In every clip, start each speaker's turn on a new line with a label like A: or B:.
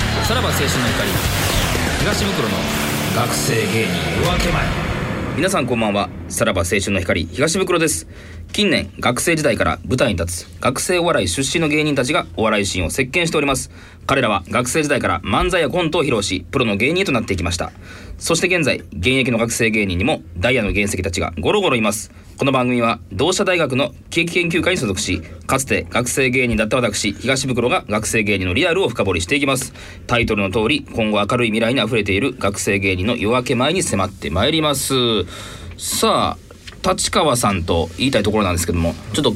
A: 青春の光東袋の学生芸人夜明け前皆さんこんばんはさらば青春の光東袋です近年学生時代から舞台に立つ学生お笑い出身の芸人たちがお笑いシーンを席巻しております彼らは学生時代から漫才やコントを披露しプロの芸人へとなっていきましたそして現在現役の学生芸人にもダイヤの原石たちがゴロゴロいますこの番組は同志社大学の喜劇研究会に所属しかつて学生芸人だった私東袋が学生芸人のリアルを深掘りしていきますタイトルの通り今後明るい未来にあふれている学生芸人の夜明け前に迫ってまいりますさあ立川さんと言いたいところなんですけどもちょっと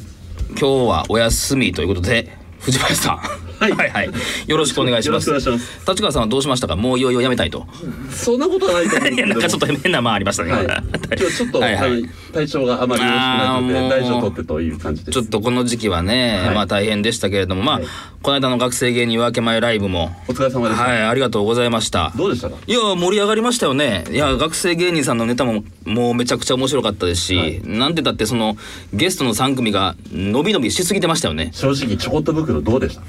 A: 今日はお休みということで藤林さん、 はいはいよろしくお願いします
B: よろしくお願いし
A: 立川さんはどうしましたかもういよいよやめたいと
B: そんなことはないと思うん
A: い
B: で
A: や
B: すけ
A: な
B: ど。
A: んかちょっと変な間ありましたね、
B: はい
A: 今、
B: 今日ちょっと、
A: はいはい
B: あの体調があまりよろしくなく
A: あーも
B: て
A: う
B: 大丈夫取ってという感じで
A: ち
B: す。
A: ょっとこの時期はね、
B: はい
A: まあ大変でしたけれども、まあ、
B: はい
A: この間の学生芸人夜明け前ライブも、
B: お疲れ様です。
A: はい、ありがとうございました。
B: どうでしたか。
A: いや盛り上がりましたよねいや学生芸人さんのネタももうめちゃくちゃ面白かったですし、
B: はい
A: なんてだってそのゲストの3組が伸び伸びしすぎてましたよね
B: 正直チョコット袋どうでした。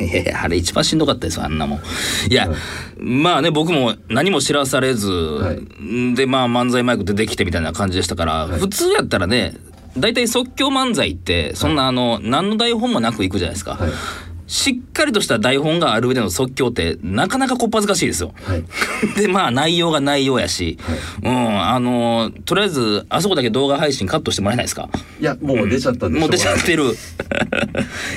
A: いやいやあれ一番しんどかったですよあんなもんいや、まあね僕も何も知らされず、
B: い
A: でまあ漫才マイク出てきてみたいな感じでしたから、
B: はい
A: 普通やったらね大体即興漫才ってそんなあの、何の台本もなくいくじゃないですか、
B: はい。
A: しっかりとした台本がある上での即興ってなかなかこっぱずかしいですよ。
B: はい。
A: でまあ内容が内容やし、うんあのーとりあえずあそこだけ動画配信カットしてもらえないですか
B: いや、もう出ちゃったんでしょ
A: もう出ちゃ
B: う
A: ってる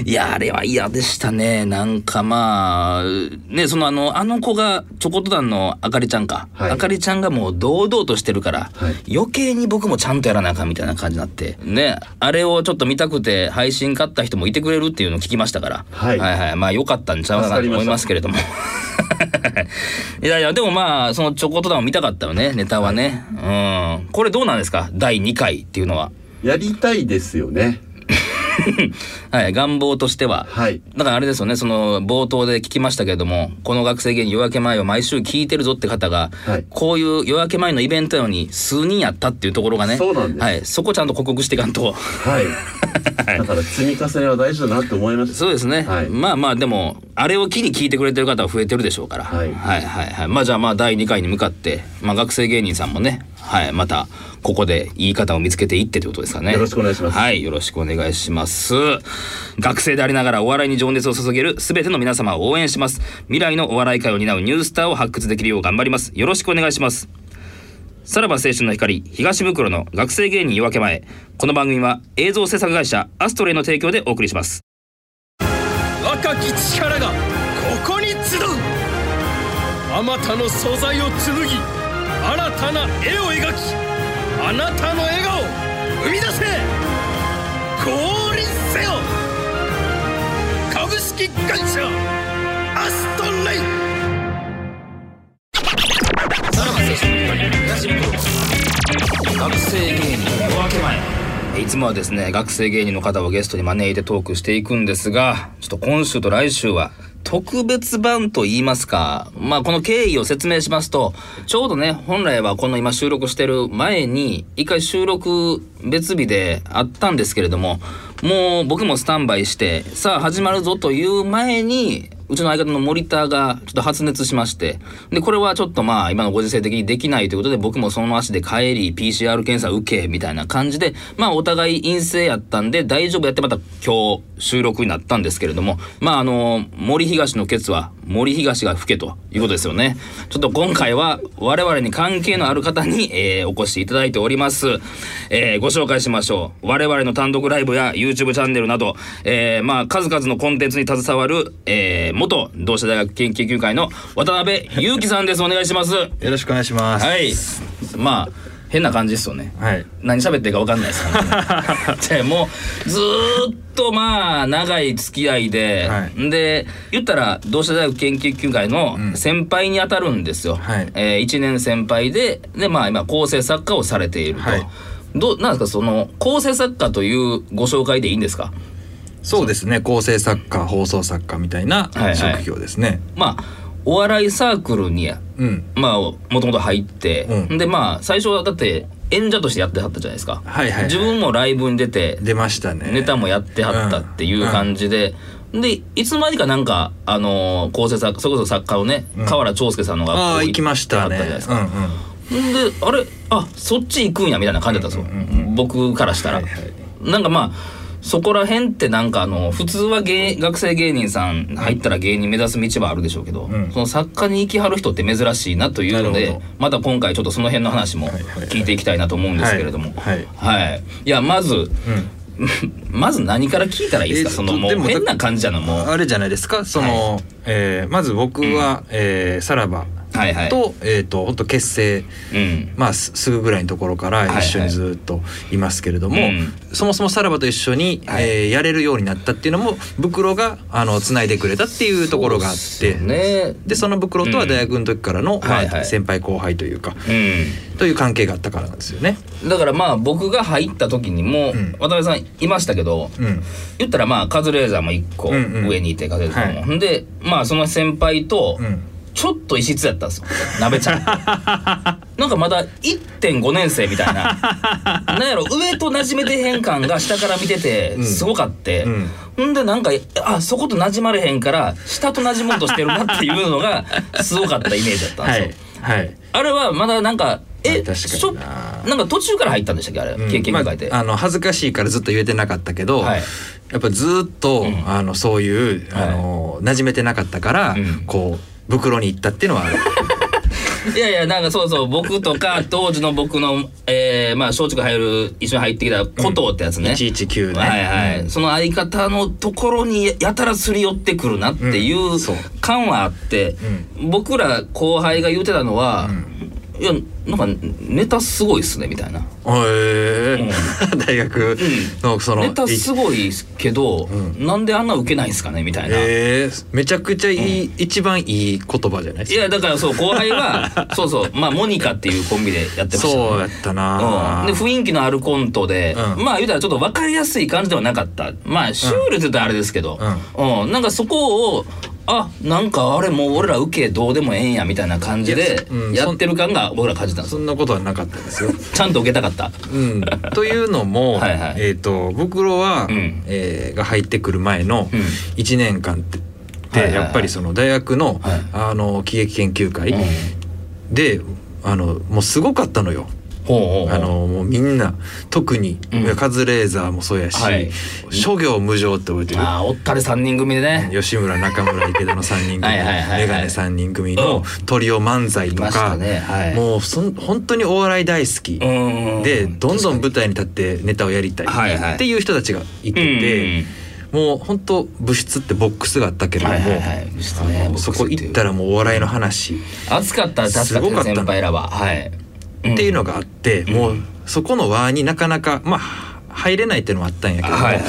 A: いやあれは嫌でしたねなんかまあねそのあのあの子がちょこっと団のあかりちゃんか、
B: はい
A: あかりちゃんがもう堂々としてるから、
B: はい
A: 余計に僕もちゃんとやらなあかんみたいな感じになってねあれをちょっと見たくて配信買った人もいてくれるっていうのを聞きましたから、
B: はい
A: はいまあ良かったんちゃうかなと思いますけれども。 いやいや、でもまあ、そのチョコトダンを見たかったよね、ネタはね。うん。これどうなんですか第2回っていうのは。
B: やりたいですよね。
A: はい、願望としては。
B: はい。
A: だからあれですよね、その冒頭で聞きましたけれども、この学生芸人夜明け前を毎週聞いてるぞって方が、
B: はい
A: こういう夜明け前のイベントなのに数人やったっていうところがね、
B: そうなんです
A: はい、そこちゃんと克服していかんと。
B: はい。だから積み重ねは大事だなって思いました。
A: そうですね、
B: はい
A: まあまあでもあれを機に聞いてくれてる方は増えてるでしょうから、
B: はい
A: はいはいはいまあじゃあまあ第2回に向かって、まあ、学生芸人さんもね、はい、またここで言い方を見つけていってということですかね
B: よろしくお願いします
A: はいよろしくお願いします学生でありながらお笑いに情熱を注げる全ての皆様を応援します未来のお笑い界を担うニュースターを発掘できるよう頑張りますよろしくお願いしますさらば青春の光東袋の学生芸人夜明け前この番組は映像制作会社アストレイの提供でお送りします
C: 若き力がここに集うあまたの素材を紡ぎ新たな絵を描きあなたの笑顔を生み出せ降臨せよ株式会社アストレイ
A: 学生芸人夜明け前いつもはですね学生芸人の方をゲストに招いてトークしていくんですがちょっと今週と来週は特別版と言いますかまあこの経緯を説明しますとちょうどね本来はこの今収録してる前に一回収録別日であったんですけれどももう僕もスタンバイしてさあ始まるぞという前にうちの相方のモリターがちょっと発熱しましてでこれはちょっとまあ今のご時世的にできないということで僕もその足で帰り PCR 検査受けみたいな感じでまあお互い陰性やったんで大丈夫やってまた今日収録になったんですけれどもまああの森東のケツは森東が老けということですよねちょっと今回は我々に関係のある方に、えーお越しいただいております、えーご紹介しましょう我々の単独ライブや YouTube チャンネルなど、えーまあ数々のコンテンツに携わる、えー元同志社大学研究会の渡辺裕樹さんですお願いしますは
D: よろしくお願いします。
A: いまあ変な感じですよね
D: はい。
A: 何喋ってるか分かんないですから ねじゃあもうずーっとまあ長い付き合いで、
D: は
A: で言ったら同志社大学研究協会の
D: ん
A: 先輩にあたるんですよ、
D: はい
A: え1年先輩ででまあ今構成作家をされていると、
D: はい
A: どうなんですかその構成作家というご紹介でいいんですか
D: そうですね。構成作家、放送作家みたいな
A: はいはい
D: 職業ですね。
A: まあお笑いサークルに
D: うん。
A: まあもともと入って、
D: うん
A: でまあ最初はだって演者としてやってはったじゃないですか、
D: はいはいはい
A: 自分もライブに出て
D: 出ましたね。
A: ネタもやってはったっていう感じで、でいつまにかなんかあのー構成作それこそ作家をね、
D: うん
A: 河原長介さんの学校
D: ああ
A: 行
D: 行きました
A: って
D: ね
A: はったじ
D: う
A: ゃ
D: ん
A: ない
D: うん
A: ですか、であれあそっち行くんやみたいな感じだったんですよ、
D: うんうんうん
A: 僕からしたら、
D: はいはい
A: なんかまあそこら辺ってなんかあの普通は芸学生芸人さん入ったら芸人目指す道はあるでしょうけど、
D: うん
A: その作家に行きはる人って珍しいなというの
D: なる
A: で
D: ほど
A: また今回ちょっとその辺の話も
D: はいはいはい
A: 聞いていきたいなと思うんですけれども
D: はい
A: はい、い、やまず
D: うん
A: まず何から聞いたらいいですか、
D: えー
A: そのも
D: で
A: う
D: も
A: 変な感じやなもうは
D: あれじゃないですかその、えーまず僕は、えーさらば
A: いはい
D: と,、えー、とほんと結成
A: うん
D: まあすすぐぐらいのところか
A: いは
D: ら
A: い
D: 一緒にずっといますけれども、
A: うん
D: そもそもさらばと一緒に、
A: はい
D: えーやれるようになったっていうのも袋があの繋いでくれたっていうところがあって
A: そうですね
D: でその袋とは大学の時からの、ま
A: はいはい
D: あ、先輩後輩というか、
A: うん
D: という関係があったからなんですよね。
A: だからまあ僕が入った時にも
D: うん
A: 渡辺さんいましたけど、
D: うん
A: 言ったらまあカズレーザーも1個
D: うんうん
A: 上にいてカズレーザーも、
D: はい
A: ほんでまあその先輩と
D: うん
A: ちょっと異質やったんですよ鍋 ちゃんなんかまだ1.5年生みたいななんやろ上と馴染めてへん感が下から見てて
D: ん
A: すごかって、
D: うん
A: ほんでなんかあそこと馴染まれへんから下と馴染もうとしてるなっていうのがすごかったイメージだったんで
D: は
A: すよ。
D: いはい
A: あれはまだなんかえ
D: 確かにな
A: ちょなんか途中から入ったんでしたっけあれ、
D: うん
A: 経験会で、
D: まあ、あの恥ずかしいからずっと言えてなかったけど、
A: はい
D: やっぱずっと、
A: ん
D: あのそういうあの、馴染めてなかったから、
A: うん
D: こう袋に行ったっていうの はある
A: いやいやなんかそうそう僕とか当時の僕のえー、まあ松竹入る一緒に入ってきた古藤ってやつね、
D: 119ね。
A: はいはい、
D: うん
A: その相方のところにやたらすり寄ってくるなっていう
D: うんそう
A: 感はあって、僕ら後輩が言うてたのは、いやなんかネタすごいっすねみたいな、
D: へー大学のその、
A: ネタすごいっすけど、なんであんな受けないんすかねみたいな、
D: えーめちゃくちゃいい、一番いい言葉じゃない
A: いやだからそう後輩はそうそうまあモニカっていうコンビでやってましたね
D: そうやったな、
A: うん、で雰囲気のあるコントで、
D: うん
A: まあ言うたらちょっと分かりやすい感じではなかったまあシュールって言ったらあれですけど、うんなんかそこをあなんかあれもう俺ら受けどうでもええんやみたいな感じで
D: いやうん
A: やってる感が僕ら感じたんです
D: そ
A: よ
D: んなことはなかったですよ。
A: ちゃんと受けたかった
D: うん、というのも
A: はいはい
D: えー、と袋は、
A: うん
D: えーが入ってくる前の
A: うん
D: 1年間って、
A: は
D: で
A: いはいはい
D: やっぱりその大学の,、
A: はい
D: あの喜劇研究会で、あのもうすごかったのよ。
A: ほうほうほう
D: あのもうみんな特に、
A: うん
D: カズレーザーもそうやし、
A: はい
D: 諸行無常って覚えてる
A: あーおったれ3人組でね
D: 吉村中村池田の3 人組
A: はいはいはいはい
D: メガネ3人組
A: うん
D: のトリオ漫才と
A: いました
D: か
A: ねはい
D: もうそん本当にお笑い大好き
A: うん
D: でどんどん舞台に立ってネタをやりた
A: はいはい
D: いっていう人たちがいててもう本当部室ってボックスがあったけれども
A: はいはいはい部室ね
D: あの
A: ボックス
D: そこ行ったらもうお笑いの話っ
A: 暑かったら確か
D: すご
A: に
D: かった
A: 先輩らははい、ん
D: ていうのがあってもうそこの輪になかなかまあ入れないっていうのもあったんやけども
A: はいはい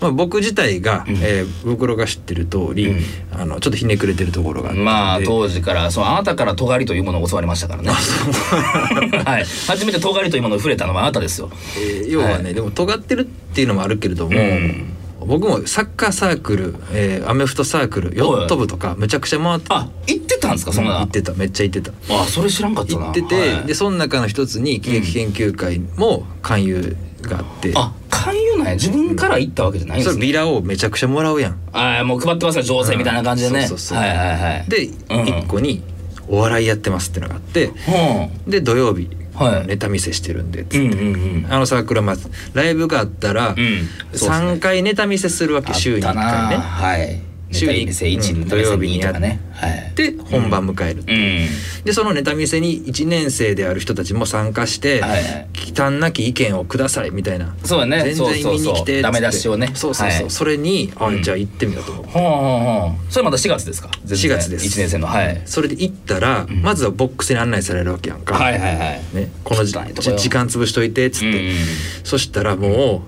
D: まあ、僕自体が、
A: ん
D: えー袋が知ってる通り、
A: うん
D: あのちょっとひねくれてるところがあって
A: まあ当時からそうあなたから尖りというものを教わりました からね。はい、初めて尖りというものを触れたのはあなたですよ。
D: えー要はね、でも尖ってるっていうのもあるけれども、
A: うん
D: 僕もサッカーサークル、えーアメフトサークルヨット部とかめちゃくちゃ回って
A: あ行ってたんですかそんな。
D: 行ってためっちゃ行ってた
A: あそれ知らんかったな。
D: 行ってて、
A: はい
D: でその中の一つに喜劇研究会も勧誘があって、
A: あ勧誘なんや自分から行ったわけじゃないんで
D: そ
A: す
D: れ
A: ね。
D: ビラをめちゃくちゃもらうやん
A: あーもう配ってますね情勢みたいな感じでね。
D: うんそうそうそう
A: はいはいはい。
D: で、
A: うん
D: 一個に「お笑いやってます」ってのがあってで土曜日、
A: はい
D: ネタ見せしてるんでっつって
A: うん、うんうんうん。
D: あのサークルはまあライブがあったら
A: んそうっすね
D: 3回ネタ見せするわけ、週に1
A: あっ
D: 回
A: たな
D: ね。
A: はい。
D: 週に
A: ネタ見せ一
D: うん
A: ネタ見せ二とかね。はい。
D: で本番迎える、
A: うん。
D: でそのネタ見せに1年生である人たちも参加して、
A: はいはい
D: 忌憚なき意見をくださいみたいな
A: そうだね
D: 全然見に
A: そうそ
D: 来
A: うそう
D: て
A: ダメ
D: っつって
A: 出しをね
D: そうそうそう、
A: はい
D: それにあ
A: うん
D: じゃあ行ってみようと思う、
A: ほうほうほう。それまた4月ですか。
D: 4月です
A: 1年生のはい。
D: それで行ったら、
A: ん
D: まずはボックスに案内されるわけやんか、
A: はいはいはい。
D: ね、このじ
A: 汚いとこよ
D: 時間潰しといてっつって、
A: うんうんうん
D: そしたらもう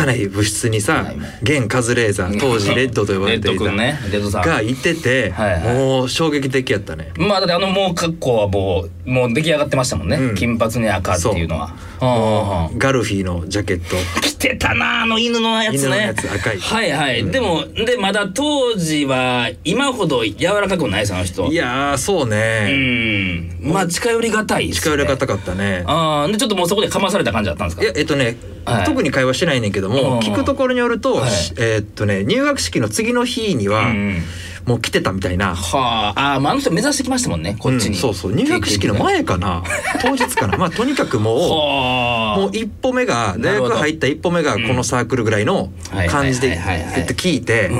D: 汚い部室にさ、
A: 汚いもん
D: 現カズレーザー当時レッドと呼ばれてい
A: レッド
D: た
A: 君ねレッドさん
D: がいてて、
A: はいはい
D: もう衝撃的やったね。
A: まあだってあのもう格好はもうもう出来上がってましたもんね、
D: うん
A: 金髪に赤っていうのはうんうんうん
D: ガルフィーのジャケット
A: 着てたなあの犬のやつね
D: 犬のやつ赤い
A: はいはい、でもでまだ当時は今ほど柔らかくないですあの人
D: いやーそう
A: う
D: ね、
A: んまあ近寄りがたいです、ね、
D: 近寄りがたかったね
A: ああでちょっともうそこでかまされた感じだったんですか
D: いやえっとね、
A: はい
D: 特に会話してないねんけど
A: うん
D: も聞くところによると、
A: はい
D: しえっとね入学式の次の日には、
A: うん
D: もう来てたみたいな
A: はあ、あーまあ、あの人目指してきましたもんね、こっちに。
D: うんそうそう入学式の前かな当日かなまあとにかくもう
A: は
D: も
A: あ
D: う。一歩目が
A: なる
D: 大
A: ほど
D: 学入った一歩目がこのサークルぐらいの
A: はい
D: 感じで
A: はいはいはいはい
D: って聞いて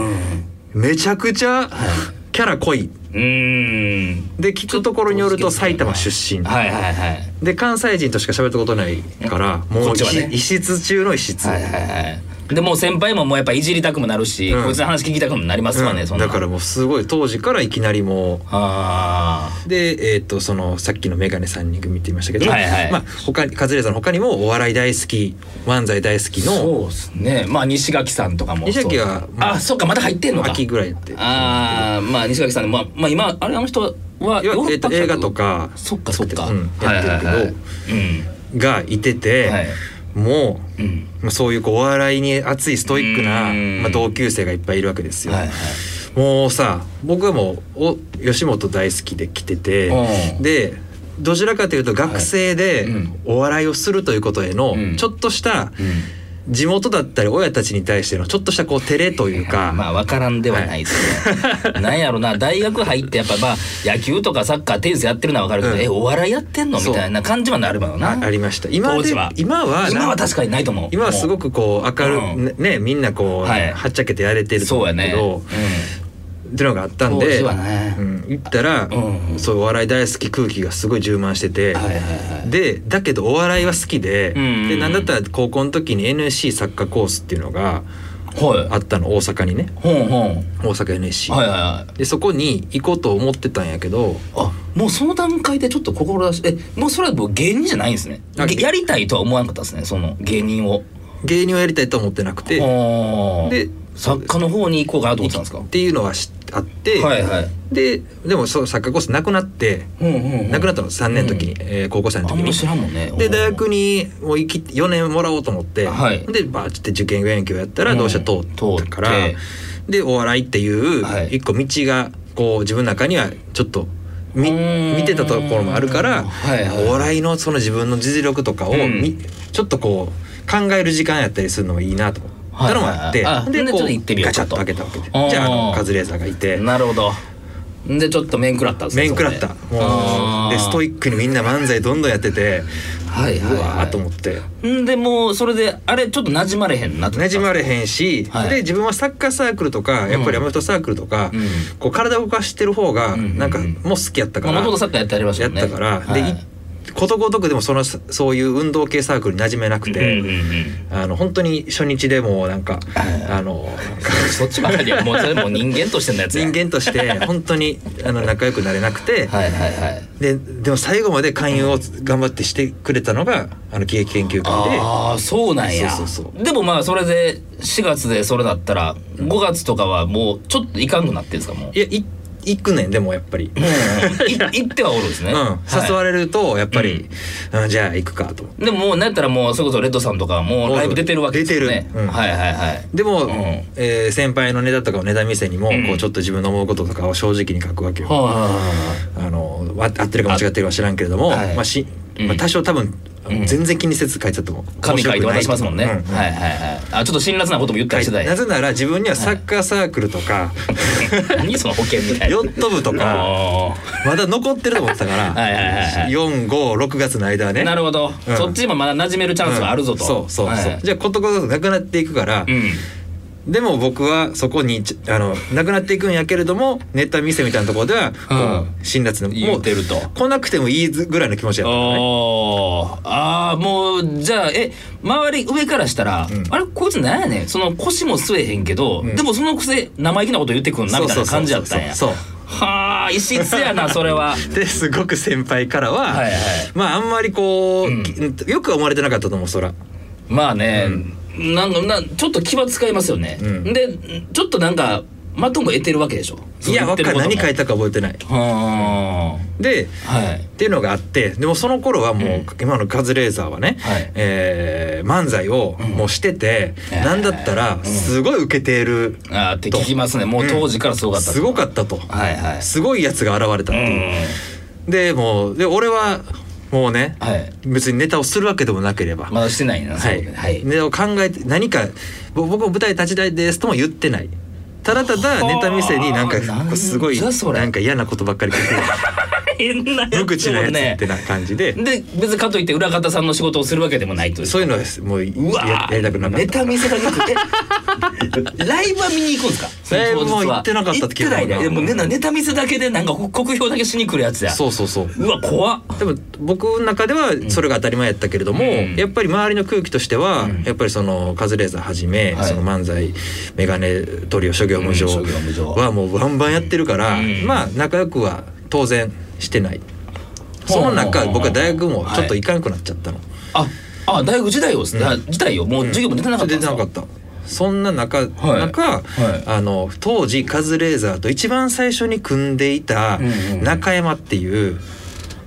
D: めちゃくちゃキャラ濃い
A: うん。うん。
D: で聞くところによると埼玉出身
A: はいはいはい。
D: で関西人としか喋ったことないから
A: こ
D: も
A: っ
D: う
A: ちはね
D: 異質中の異質
A: はいはいはい。でもう先輩ももうやっぱいじりたくもなるし、
D: うん
A: こいつの話聞きたくもなりますわね、
D: うん
A: そんな
D: だからもうすごい当時からいきなりもう
A: あ
D: で、えー、とそのさっきのメガネ3人組って言いましたけど、
A: はいはい
D: まあ、他にカズレーザーの他にもお笑い大好き漫才大好き
A: あそう
D: の
A: ですねまあ西垣さんとかも
D: 西垣は
A: そう
D: まあ
A: あそっかまだ入ってんのか
D: 秋ぐらいやって
A: ああまあ西垣さんでまあまあ今あれあの人はいヨ
D: や
A: ーロ
D: え
A: ッ
D: ー
A: パ
D: と
A: 企
D: 映
A: 画
D: 画とか
A: そっかそっか、
D: うんやってるけど
A: はいはいはい
D: がいてて、
A: はい
D: も
A: うんうん
D: うまあそういうこうお笑いに熱いストイックな
A: うん、
D: まあ、同級生がいっぱいいるわけですよ。
A: はいはい
D: もうさ僕はもうお吉本大好きで来てて
A: うん
D: でどちらかというと学生で
A: はいうん
D: お笑いをするということへの
A: うん
D: ちょっとした
A: うん
D: 地元だったり親たちに対してのちょっとしたこう照れというか、
A: まあ分からんではないですね、なんやろな大学入ってやっぱまあ野球とかサッカーテニスやってるのは分かるけど、
D: うん
A: えお笑いやってんのみたいな感じはなるもんな
D: あありました今
A: 当
D: で
A: 時は
D: 今は
A: 今は確か
D: に
A: にないと思う
D: 今はすご
A: く
D: くこう明るい、
A: う
D: ねみんなこう、
A: はい
D: はっちゃけてやれてると
A: そう
D: 思う
A: や
D: んだ
A: ね
D: けど、っていうのがあったん
A: 当
D: で
A: 時はね
D: うん、行ったら、
A: うん
D: そういうお笑い大好き空気がすごい充満してて、
A: うんはいはいはい
D: でだけどお笑いは好きで,、
A: うんうんうん
D: でなんだったら高校の時に NSC サッカーコースっていうのが
A: はい
D: あったの大阪にね
A: ほんほん
D: 大阪 NSC、
A: はいはいはい
D: でそこに行こうと思ってたんやけど
A: あもうその段階でちょっと志しえもうそれはもう芸人じゃないんですね
D: あ
A: げやりたいとは思わなかったですねその芸人を
D: 芸人をやりたいとは思ってなくて、
A: で
D: で
A: 作家の方に行こうかなと思ってたんですか
D: っていうのはしあって、
A: はいはい
D: ででもそうサッカーコースなくなって、
A: うんうんうん
D: なくなったの3年の時に、
A: うん
D: えー高校生の
A: あ
D: 時
A: んま
D: に
A: 知。らんもんね
D: で大学にもう行き4年もらおうと思って、
A: はい
D: でバーッて受験勉強やったら同社通ったから、
A: うん通って
D: でお笑いっていう
A: はい
D: 一個道がこう自分の中にはちょっとみ
A: うーん
D: 見てたところもあるから、
A: はいはい
D: お笑いのその自分の実力とかをみ、
A: うん
D: ちょっとこう考える時間やったりするのもいいなと思ったのもあって、
A: はいはいはいあで
D: で
A: ちょ
D: こ
A: っと行ってみ
D: う
A: よう
D: ガ
A: か
D: チャッ
A: と
D: と開けたわけで
A: あー
D: じゃああのカズレーザーがいて。
A: なるほどでちょっと面食らったんですね
D: 面食らった
A: そこで
D: も
A: あ
D: う
A: ー
D: でストイックにみんな漫才どんどんやってて、
A: はいはいう
D: わ
A: は
D: ーと思って
A: いんでもうそれであれちょっと馴染まれへんなって
D: 馴染ま
A: れ
D: れへんし、
A: はい
D: で自分はサッカーサークルとかやっぱりアメフトサークルとか、
A: うん
D: こう体を動かしてる方が
A: んうんうん
D: なんかもう好きやったか
A: も
D: ら、
A: ともとサッカーやってありました
D: や
A: も
D: っ
A: んね
D: たから、
A: はい
D: でいことごとくでもそのそういう運動系サークルに馴染めなく
A: う
D: て、
A: んうんうん
D: あの本当に初日でもうなんか、あの
A: そっちばかりはもうそれもう人間としてのやつや
D: 人間 として本当にあの仲良くなれなくて。
A: はいはいはい
D: ででも最後まで勧誘を頑張ってしてくれたのがあの喜劇研究会で
A: ああそうなんや
D: そうそうそ
A: でもまあそれで4月でそれだったら5月とかはもうちょっといかんくなってんですかもう
D: いやい行くねんでもやっ ぱり、
A: い行ってはおるんですね、
D: うん
A: はい
D: 誘われるとやっぱり、うんじゃあ行くかと思って
A: でももうなんやったらもうそれこそレッドさんとかはもうライブ出てるわけですよね
D: 出てるうん
A: はいはいはい
D: でも、
A: うん
D: えー先輩のネタとかをネタ見せにも、
A: うん
D: こうちょっと自分の思うこととかを正直に書くわけよ、
A: は
D: あのわ合ってるか間違ってるかは知らんけれども
A: はい
D: まあし
A: うん
D: まあ、多少多分、
A: うん
D: 全然気にせず書いてたと思う
A: い紙書いて渡しますもんね、
D: 面白くないと思ううんうん
A: はいはいはいあちょっと辛辣なことも言ったりしてたん
D: な
A: や
D: ぜなら自分にはサッカーサークルとか、
A: 何その保険みたいな
D: ヨット部とか
A: あ
D: まだ残ってると思ってたから
A: はいはいはいはい
D: 456月の間は
A: ー
D: ね
A: なるほど、
D: うん
A: そっちにもまだ馴染めるチャンスがあるぞと、
D: うんそうそうそう、
A: はい
D: じゃあことごとくなくなっていくから、
A: うん
D: でも僕はそこにちあのなくなっていくんやけれどもネタ見せみたいなところではもう辛辣の、
A: 言
D: も
A: う
D: う
A: てると
D: 来なくてもいいぐらいの気持ちだったからね
A: おーああもうじゃあえ周り上からしたら、
D: うん
A: あれこいつなんやねんその腰も据えへんけど、
D: ん
A: でもそのくせ生意気なこと言ってくんなみたいな感じやったんや
D: そうそうそう
A: はあ異質やなそれは
D: ですごく先輩からは、
A: はいはい
D: まああんまりこう、
A: うん
D: きよくは思われてなかったと思うそら
A: まあね、なんかなちょっと気は使いますよね、
D: うん
A: でちょっとなんかマトンが得てるわけでしょ
D: いやわかんない何書い
A: た
D: たか覚えてない
A: は
D: で
A: あはい
D: っていうのがあってでもその頃はもう、今のカズレーザーはね、
A: はい
D: えー漫才をもうしてて、
A: うん
D: なんだったらすごい受けている、
A: あーって聞きますねもう当時からすごかった
D: すごかったと、
A: はいはい
D: すごいやつが現れた
A: う
D: っていう、でもうで俺はもうね、
A: はい
D: 別にネタをするわけでもなければ、
A: まだしてないな
D: は
A: そう
D: い、
A: ねはい
D: ネタを考えて何かぼ僕も舞台立ちたいですとも言ってないただただネタ見せになんか
A: はあ
D: こうすごい
A: なんじゃそれ
D: なんか嫌なことばっかり聞 く
A: 変なやつ
D: 無口なやつっ
A: ね
D: てな感じで
A: で別にかといって裏方さんの仕事をするわけでもないという
D: そういうのはもうや
A: うわ
D: やりたくな
A: ー
D: かっ
A: ネ
D: た
A: タ見せがな くてライブは見に行くんですかその当日は
D: ライブも行ってなかったって聞いた
A: 行
D: も
A: っ
D: ん
A: て
D: な
A: ないねでもねネタ見せだけでなんか国評だけしに来るやつや
D: そうそうそう
A: うわ怖っ
D: でも僕の中ではそれが当たり前やったけれども、
A: うん
D: やっぱり周りの空気としては、やっぱりそのカズレーザーはじめ、
A: はい
D: その漫才メガネトリオ諸行無常
A: うん諸行無常
D: はもうバンバンやってるから、
A: うん
D: まあ仲良くは当然してない。そ
A: ほ
D: の
A: うほうほう
D: 中
A: ほう
D: 僕は大学もちょっ
A: は
D: と
A: い
D: 行かなくなっちゃったの。
A: ああ大学時代をですね、あ時代よもう授業も出てなかったん
D: 出
A: で
D: て
A: す
D: なかった。そんな中、
A: はい
D: 中、
A: はい
D: あの当時カズレーザーと一番最初に組んでいた
A: うんうん
D: 中山っていう、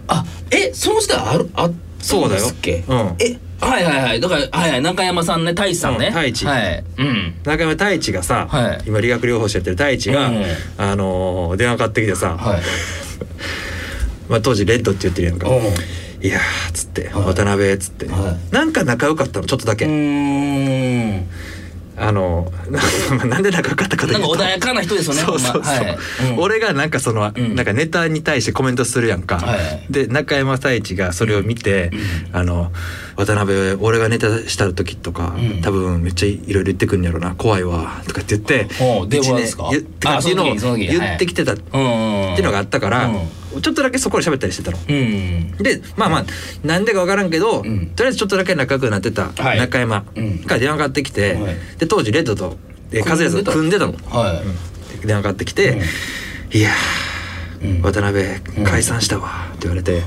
A: あえその時代あるあったんですっけ
D: そうだようん
A: えはいはいはいだからはいはい中山さんね太一さんね、
D: うん太一
A: はいうん
D: 中山太一がさ、
A: はい
D: 今理学療法士やってる太一が、
A: うん
D: あのー電話かかってきてさ、
A: はい
D: まあ、当時レッドって言ってるやんか「
A: うん
D: いや」っつって「
A: はい
D: 渡辺」っつって、
A: は
D: なんか仲良かったのちょっとだけ、
A: うーん
D: あの ーななんで仲良かったかと
A: な
D: いうん
A: か
D: と
A: 穏やかな人ですよね
D: そうそ
A: ほ
D: うそう、
A: んまはいうん
D: 俺がなんかその、
A: ん
D: なんかネタに対してコメントするやんか、
A: はい
D: で中山太一がそれを見て、あの渡辺俺がネタした時とか、
A: うん
D: 多分めっちゃいろいろ言ってくんやろな怖いわとかって言って
A: おう電話ですか
D: 一年言
A: あ
D: っていうの
A: その
D: を
A: 時その時
D: 言ってきてたって
A: うんうんうん
D: いうのがあったから、
A: う
D: ちょっとだけそこで喋ったりしてたの。
A: うん
D: でまあまあなんでか分からんけど、
A: ん
D: とりあえずちょっとだけ仲良くなってた
A: はい
D: 中山
A: うん
D: が電話かかってきて、
A: はい
D: で当時レッドとえカズレーザーと組んでたの。
A: は
D: で電話かかってきて「いやー、
A: うん
D: 渡辺解散したわ」って言われて、
A: い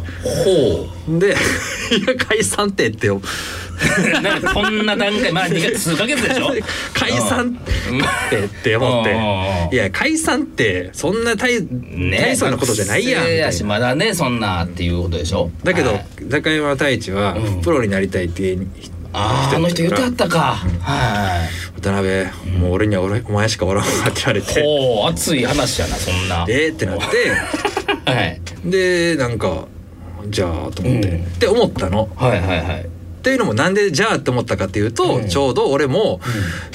A: ほう
D: で 「いや解散って」ってよ
A: なんかそんな段階まあ2月数ヶ月でし ょ
D: 解散ってって思っ
A: うんうんうん
D: て「いや解散ってそんな大,、大層なことじゃないやん」
A: 学
D: み
A: 生
D: た
A: や
D: い
A: し
D: な。
A: まだねそんなっていうことでしょ
D: だけど、
A: はい
D: 中山太一は
A: うん
D: プロになりたいって言う
A: あーあの人言ってはったかは
D: 渡辺もう俺には俺お前しかおらんわって言われ
A: い
D: て
A: ほう熱い話やなそん な
D: えーってなって
A: はい
D: でなんかじゃあと思って、
A: うん
D: って思ったの。
A: はいはいはい
D: っていうのもなんでじゃあって思ったかっていうと、
A: うん
D: ちょうど俺も、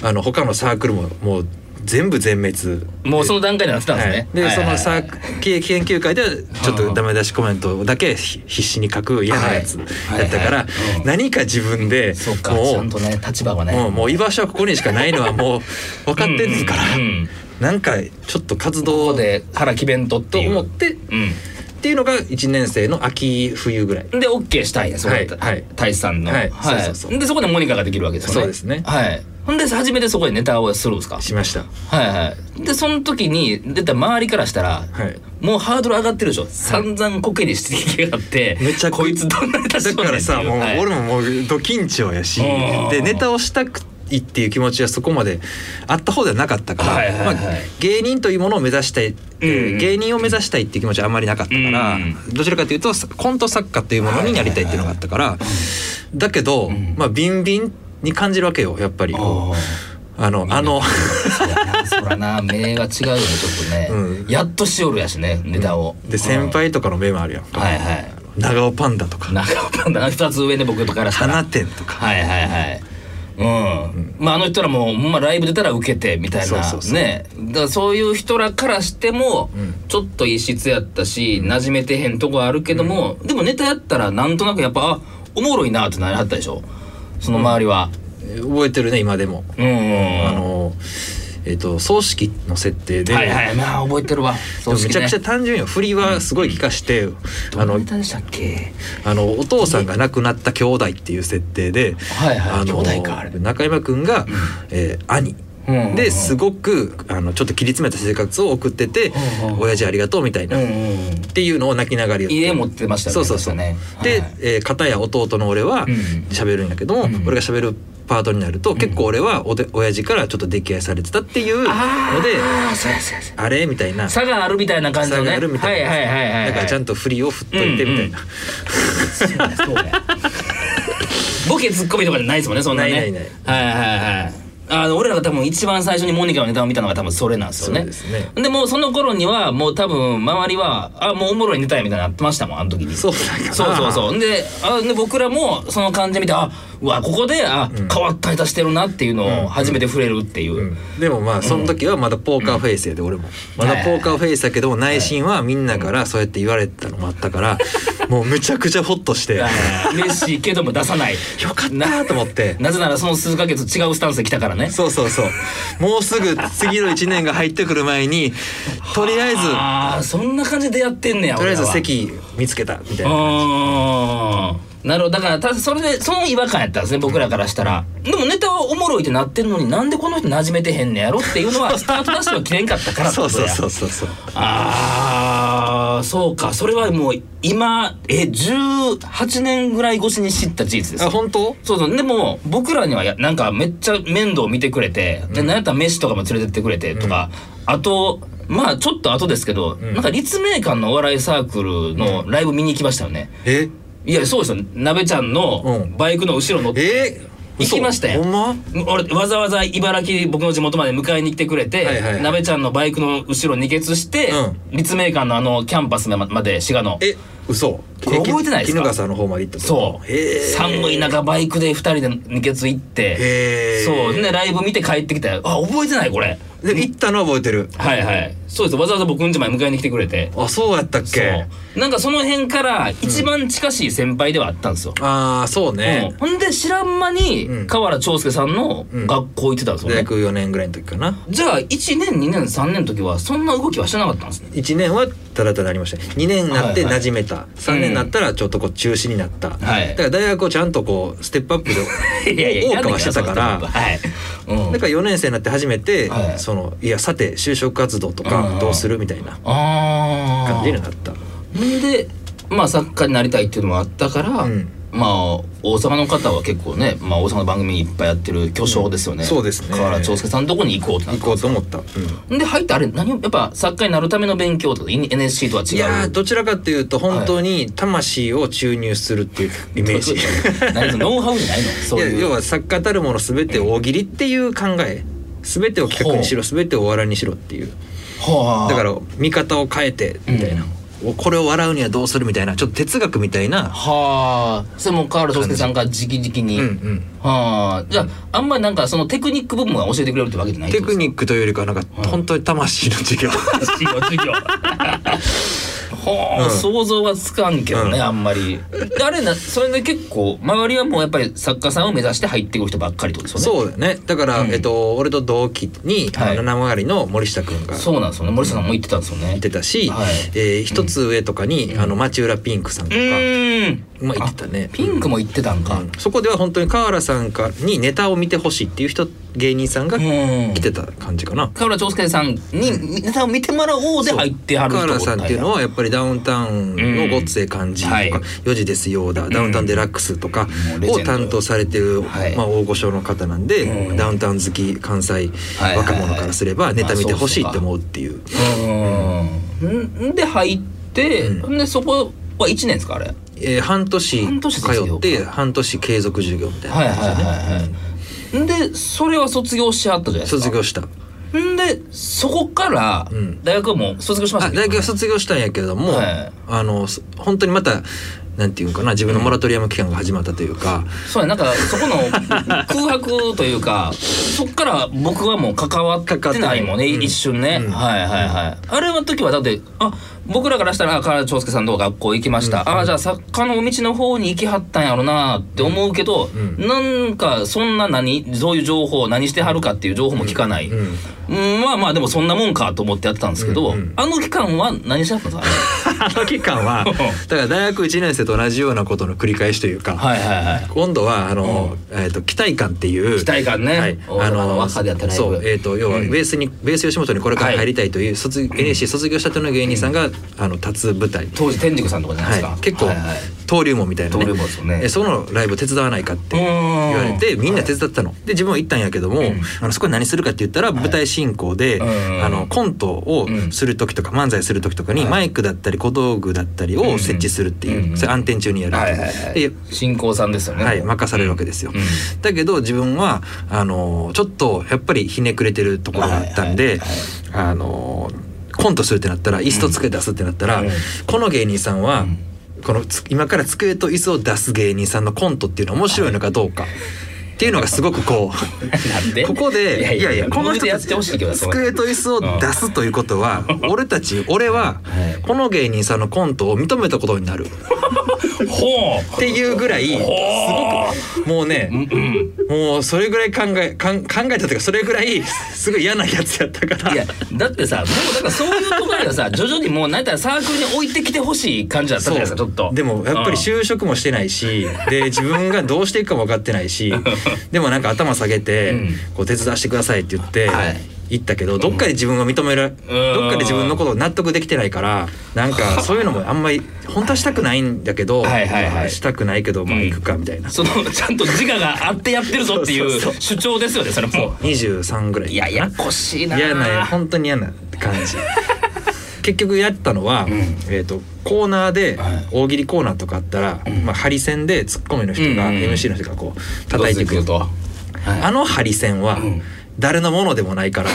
D: あの他のサークルももう全部全滅。
A: もうその段階になってたんです
D: はい
A: ね
D: で、
A: はいはいはい
D: そのサーク経研究会ではちょっとダメ出しコメントだけひ必死に書く嫌なやつ
A: は
D: や
A: い
D: ったから、
A: はいはいうん
D: 何か自分で
A: そっかちゃ
D: も
A: んとね立場が
D: う
A: ね
D: もうもう居場所はここにしかないのはもう分かってんねんから、
A: うんうん
D: なんかちょっと活
A: ここ
D: 動
A: で腹決めんとって
D: と
A: いう
D: 思ってっ
A: うん
D: ていうのが1年生の秋冬ぐらい。
A: で OK したいんですよ
D: はいはい
A: 太一さんの
D: はいそうそうそう
A: でそこでモニカができるわけですよね
D: そうですね
A: はいほんで初めてそこでネタをするんですか
D: しました。
A: はいはいでその時に出た周りからしたら、
D: はい
A: もうハードル上がってるでしょ、散々コケにしてきやがって
D: めちゃく
A: こいつどんなネタし
D: だ
A: よう
D: か
A: ねん
D: ら
A: っていう
D: さもう
A: はい
D: 俺ももうド緊張やし
A: うん
D: でネタをしたくいっていう気持ちはそこまであった方ではなかったか
A: はいはいは
D: ら
A: い
D: まあ芸人というものを目指したい
A: う
D: え
A: ん
D: ー芸人を目指したいっていう気持ちはあんまりなかったから
A: うん
D: どちらかというとコント作家というものになりたいっていうのがあったからだけどまあビンビンに感じるわけよやっぱり
A: あ
D: あのあの
A: ーいやなそらな目が違うよねちょっとね、
D: うん
A: やっとしおるやしねネタを、
D: で先輩とかの目もあるやん
A: はいはい
D: 長尾パンダとか
A: 中尾パンダ2つ上で僕とからしたら
D: 花店とか
A: はいはいはいうん、まああの人らもほんまライブ出たらウケてみたいな
D: そうそうそう
A: ねだからそういう人らからしても、ちょっと異質やったし、馴染めてへんとこはあるけども、でもネタやったらなんとなくやっぱあおもろいなってなりはったでしょその周りは。
D: 覚えてるね今でも。
A: うん、うん、
D: あのえっと葬式の設定で、
A: はいはいまあ覚えてるわ
D: でもめちゃくちゃ
A: ね、
D: 単純よ振りはすごい効かして、あ
A: あの
D: の
A: ネタでしたっけ
D: あのお父さんが亡くなった兄弟っていう設定で、
A: はいはい
D: あの
A: 兄弟かあれ
D: 中山くんが、えー兄。
A: うんうんうん
D: ですごくあのちょっと切り詰めた生活を送ってて
A: う
D: 「
A: んうん
D: 親父ありがとう」みたいな、
A: うんう
D: っ
A: んうん
D: ていうのを泣きながら言って
A: 家持ってましたよね
D: そうそうそう、
A: 確かね
D: で、
A: はい
D: えー片や弟の俺は
A: うん
D: 喋るんやけども、
A: うん
D: 俺が喋るパートになると、結構俺はおで親父からちょっと溺愛されてたっていうので
A: ああそうやそうやそう
D: あれみたいな
A: や差があるみたいな感じのね
D: 差があるみたいな、
A: はいはいはいはいはい
D: だからちゃんと振りを振っといてみたいな、
A: そうやボケツッコミとかじゃないですもんねそんなね
D: ないない
A: はいはいはいあの俺らが多分一番最初にモニカのネタを見たのが多分それなんですよね
D: そうですね
A: でもうその頃にはもう多分周りはあもうおもろいネタやみたいになってましたもんあの時に
D: そうなんかな
A: そうそうそうであで僕らもその感じ見てあうわここであ、変わったネタしてるなっていうのを初めて触れるっていう、
D: でもまあその時はまだポーカーフェイスやで俺もまだポーカーフェイスだけども内心はみんなからそうやって言われてたのもあったからもうむちゃくちゃホッとしてよ
A: はい嬉しいけども出さない
D: かったなと思って
A: なぜならその数ヶ月違うスタンスで来たからね
D: そうそうそうもうすぐ次の1年が入ってくる前にとりあえず
A: ああそんな感じでやってんねや
D: とりあえず
A: 俺らは
D: 席見つけたみたいな
A: あーなるほどだからたそれでその違和感やったんですね僕らからしたら、でもネタはおもろいってなってるのになんでこの人馴染めてへんねやろっていう のはスタートダッシュは切れんかったからって
D: そ
A: こ
D: う
A: と
D: そう
A: や
D: そうそうそう
A: ああそうかそれはもう今え18年ぐらい越しに知った事実です
D: あ本当
A: そうそうでも僕らにはやなんかめっちゃ面倒見てくれて、でなんやったら飯とかも連れてってくれてとか、あとまあちょっと後ですけど、なんか立命館のお笑いサークルのライブ見に行きましたよね、
D: え
A: いやそうですよ鍋ちゃんの
D: うん
A: バイクの後ろ乗って、
D: え
A: 行きましたよ
D: ほんま
A: 俺わざわざ茨城僕の地元まで迎えに来てくれて、
D: はいはいはい
A: 鍋ちゃんのバイクの後ろに決して、
D: う
A: 立命館のあのキャンパスままで滋賀の
D: え嘘
A: これ覚えてないですか
D: 衣笠の方まで行った
A: そう、
D: え
A: 寒い中バイクで2人で二血行って、
D: へー
A: そうでライブ見て帰ってきたら「あ覚えてないこれ」
D: で行ったのは覚えてる
A: はいはいそうですわざわざ僕ん家まで迎えに来てくれて
D: あそうやったっ
A: そ
D: け
A: うなんかその辺から一番近しい先輩ではあったんですよ、
D: ああそうね
A: うん、ほんで知らん間
D: う
A: に
D: ん
A: 河原長介さんの
D: うん
A: 学校行ってたんですよ
D: 大
A: ね、
D: 学4年ぐらいの時かな
A: じゃあ1年2年3年の時はそんな動きはしてなかったんですね
D: 1年はただただありました2年になって馴染めた、三3年になったらちょっとこう中止になった、
A: はい
D: だから大学をちゃんとこうステップアップ で謳歌はしてたから
A: やんねんからそんなことはい、うん、
D: だから4年生になって初めて、
A: はい
D: そのいやさて就職活動と
A: うんう
D: か
A: ん
D: どうするみたいな
A: ああ
D: 感じになった
A: んでまあ作家になりたいっていうのもあったから、
D: うん
A: まあ大阪の方は結構ね、まあ、大阪の番組いっぱいやってる巨匠ですよね、
D: うんそうですね
A: 河原長介さんのとこに行こうってなっ
D: 行こうと思った、うん
A: たで入ってあれ何をやっぱ作家になるための勉強とか NSC とは違う
D: い
A: い
D: やーどちらかというと本当に魂を注入するっていうイメージ、
A: 何そのノウハウじゃないのそう
D: い
A: い
D: や
A: う
D: 要は作家たるもの全てを大喜利っていう考え全てを企画にしろ全てをお笑いにしろっていう
A: はあ
D: だから見方を変えてみたいな、おこれを笑うにはどうするみたいなちょっと哲学みたいな、
A: はあそれも河原長介さんが直々に、
D: うんうん、
A: はあじゃああんまりなんかそのテクニック部分は教えてくれるってわけじゃない
D: テク
A: ニッ
D: ニックというよりかはなんか本当に魂の授 業
A: ク授業はあ、
D: うん
A: 想像はつかんけどね、
D: うん
A: あんまりであれなそれで結構周りはもうやっぱり作家さんを目指して入ってくる人ばっかりってことですよね
D: そうだねだから、
A: うん
D: えっと、俺と同期に、
A: はい
D: 七曲りの森下君が
A: そうなんですよね森下さんも言ってたんですよね
D: いてたし、
A: はい
D: えー一つ上とかに、あの町浦ピンクさん
A: う
D: とか、
A: ーん
D: まあ言ってたね
A: あピンクも言ってたんか
D: うんそこでは本当に河原さんかにネタを見てほしいっていう人芸人さんが
A: うん
D: 来てた感じかな。
A: 河原長介さんにネタを見てもらおうで入ってはる人
D: 河原さんっていうのはやっぱりダウンタウンのごっつええ感じとか
A: うんはい
D: 「4時ですよ」だ「ダウンタウンデラックス」とか
A: もうレジェンド
D: を担当されてる
A: はい
D: まあ大御所の方なん
A: う
D: で
A: ん
D: ダウンタウン好き関西
A: はいはい
D: 若者からすればネタ見てほしいって思うっていう
A: うんで入って、、
D: うん
A: でそこは1年ですかあれはい
D: えー半年
A: 半
D: 通
A: 年ですよ
D: って半年継続授業みたいな
A: はい
D: 感じでね
A: はいはいでそれは卒業しはったじゃないですか
D: 卒業した
A: んでそこから
D: うん
A: 大学はもう卒業しました
D: あ
A: けど
D: 大学は卒業したんやけれども、
A: はい
D: あのそ本当にまたなんていうかな自分のモラトリアム期間が始まったというか、
A: そうやなんかそこ の空白というかそっから僕はもう関わってないもんね
D: 関わってないうん
A: 一瞬ね、
D: うん
A: はいはいはいあれの時はだってあ僕らからしたらあ河原長介さんと学校行きました、ああじゃあ作家の道の方に行きはったんやろなって思うけど、
D: ん
A: なんかそんな何そういう情報何してはるかっていう情報も聞かない、うんまあまあでもそんなもんかと思ってやってたんですけど、
D: うんうん
A: あの期間は何してはったんですか
D: あの期間 はだから大学1年生と同じようなことの繰り返しというか、
A: はいはいはい。
D: 今度はあの、えっ、と期待感っていう
A: 期待感ね
D: はい、
A: 大阪の若手やったライブ
D: そうえっ、と要はベースに、ベース吉本にこれから入りたいという卒、NSC 卒業したての芸人さんが、あの立つ舞台。
A: 当時天竺さんとかじゃないですか。
D: はい、結構、
A: はいはい
D: 登竜門みたいな、ね、
A: 登竜門ですよね
D: えそのライブ手伝わないかって言われてみんな手伝ったの、で自分は行ったんやけども、あのそこに何するかって言ったら舞台進行で、
A: うん
D: あのコントを
A: うん
D: する時とか、漫才する時とかに、マイクだったり小道具だったりを設置するっていう、
A: うん
D: それ暗転中にやる、
A: はいはいはい
D: で
A: 新興さんですよね。
D: はい、任されるわけですよ。
A: うん
D: だけど自分はあのちょっとやっぱりひねくれてるところがあったんで、あのコントするってなったら椅子と机出すってなったら、
A: うん
D: この芸人さんは、
A: ん
D: このつ今から机と椅子を出す芸人さんのコントっていうのは面白いのかどうか。っていうのがすごくこう
A: なんで
D: ここで
A: いやいや
D: この
A: ここ
D: 人
A: でや
D: た
A: っ
D: ち
A: てほしいけどそれ
D: 机と椅子を出すということは俺たち俺は
A: はい
D: この芸人さんのコントを認めたことになるっ
A: ほ
D: ていうぐらいす
A: お
D: ごくもうね
A: う。うん。
D: もうそれぐらい考えかん考えたというかそれぐらいすごい嫌なやつやったから
A: いやだってさもうだからそういうところで さ徐々にもうなんやったらサークルに置いてきてほしい感じだったじゃないですかちょっと
D: でもやっぱり就職もしてないし、で自分がどうしていくかも分かってないしでもなんか頭下げて、
A: うん
D: こう手伝わしてくださいって言って、
A: はい
D: 行ったけどどっかで自分が認める、どっかで自分のことを納得できてないからな んかそういうのもあんまり本当はしたくないんだけど、
A: はいはいはい
D: まあしたくないけどまあ
A: うん
D: 行くかみたいな、
A: そのちゃんと自我があってやってるぞっていう
D: そうそうそう
A: 主張ですよねそれも
D: 23ぐらい
A: う
D: かない
A: やややこしいな
D: 嫌な本当に嫌な感じ 結局やったのは、えー、とコーナーで
A: はい
D: 大喜利コーナーとかあったら、まあ、ハリセンでツッコミの人が、
A: うんうんうん
D: MC の人がこう叩いてくる
A: どう
D: と
A: ぞはい
D: あのハリセンは
A: ん
D: 誰のものでもないから、
A: あ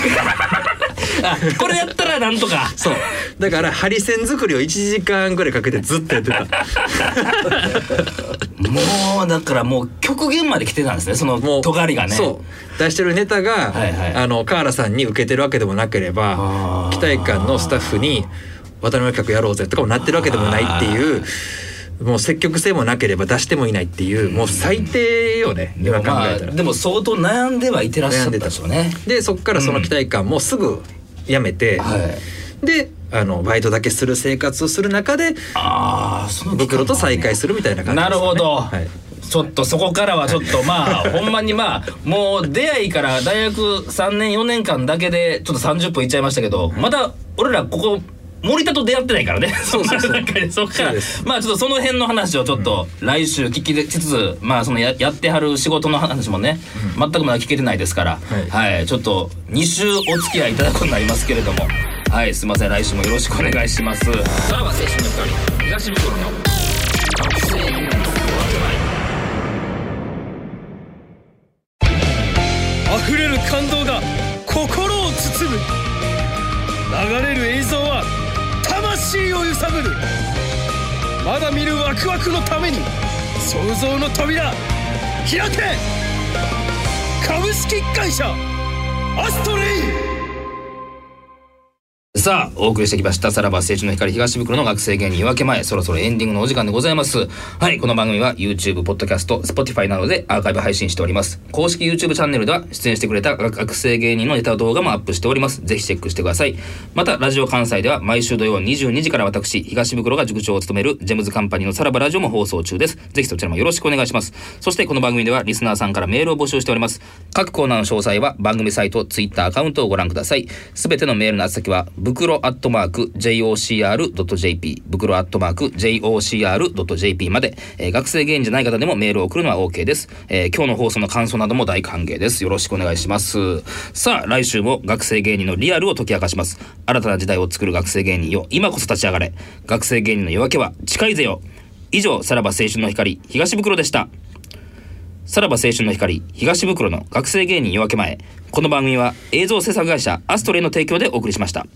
A: これやったらなんとか
D: そうだからハリセン作りを1時間ぐらいかけてずっとやってた
A: もうだからもう極限まで来てたんですねその
D: もう
A: 尖りがね
D: そう出してるネタが、
A: はいはい
D: あの河原さんに受けてるわけでもなければ
A: あー
D: 期待感のスタッフに渡辺企画やろうぜとかもなってるわけでもないっていうもう積極性もなければ出してもいないっていうもう最低よね
A: で
D: 今
A: も
D: 考
A: まあ
D: えたら。
A: でも相当悩んではいてらっしゃったんでしょうね
D: でそっからその期待感もすぐやめて、
A: はい
D: であのバイトだけする生活をする中で
A: ああその期間
D: 袋と再会するみたいな感じです
A: な
D: かね
A: るほど、
D: はい
A: ちょっとそこからはちょっとま あほんまにまあもう出会いから大学3年4年間だけでちょっと30分いっちゃいましたけどまだ俺らここ森田と出会 ってないからね。 そうそうそう。そっか
D: そう
A: ら
D: です、
A: まあちょっとその辺の話をちょっと来週聞きつつ、まあそのややってはる仕事の話もね、全くまだ聞けてないですから、
D: はい
A: はい、ちょっと2週お付き合いいただくことになりますけれども、はい、すいません、来週もよろしくお願いします。さらば青春の光、東袋の
C: 溢れる感動が心を包む流れる映像は魂を揺さぶるまだ見るワクワクのために想像の扉開け株式会社アストレイ
A: さあ、お送りしてきました。さらば青春の光東袋の学生芸人夜明け前、そろそろエンディングのお時間でございます。はい、この番組は YouTube、Podcast、Spotify などでアーカイブ配信しております。公式 YouTube チャンネルでは出演してくれた学生芸人のネタ動画もアップしております。ぜひチェックしてください。また、ラジオ関西では毎週土曜22時から私、東袋が塾長を務めるジェムズカンパニーのさらばラジオも放送中です。ぜひそちらもよろしくお願いします。そして、この番組ではリスナーさんからメールを募集しております。各コーナーの詳細は番組サイト、Twitter アカウントをご覧ください。すべてのメールの宛先は、袋アットマーク JOCR.jp、袋アットマーク JOCR.jp まで、えー学生芸人じゃない方でもメールを送るのは OK です、えー今日の放送の感想なども大歓迎です。よろしくお願いします。さあ、来週も学生芸人のリアルを解き明かします。新たな時代を作る学生芸人よ、今こそ立ち上がれ。学生芸人の夜明けは近いぜよ。以上、さらば青春の光、東袋でした。さらば青春の光東袋の学生芸人夜明け前この番組は映像制作会社アストレイの提供でお送りしました。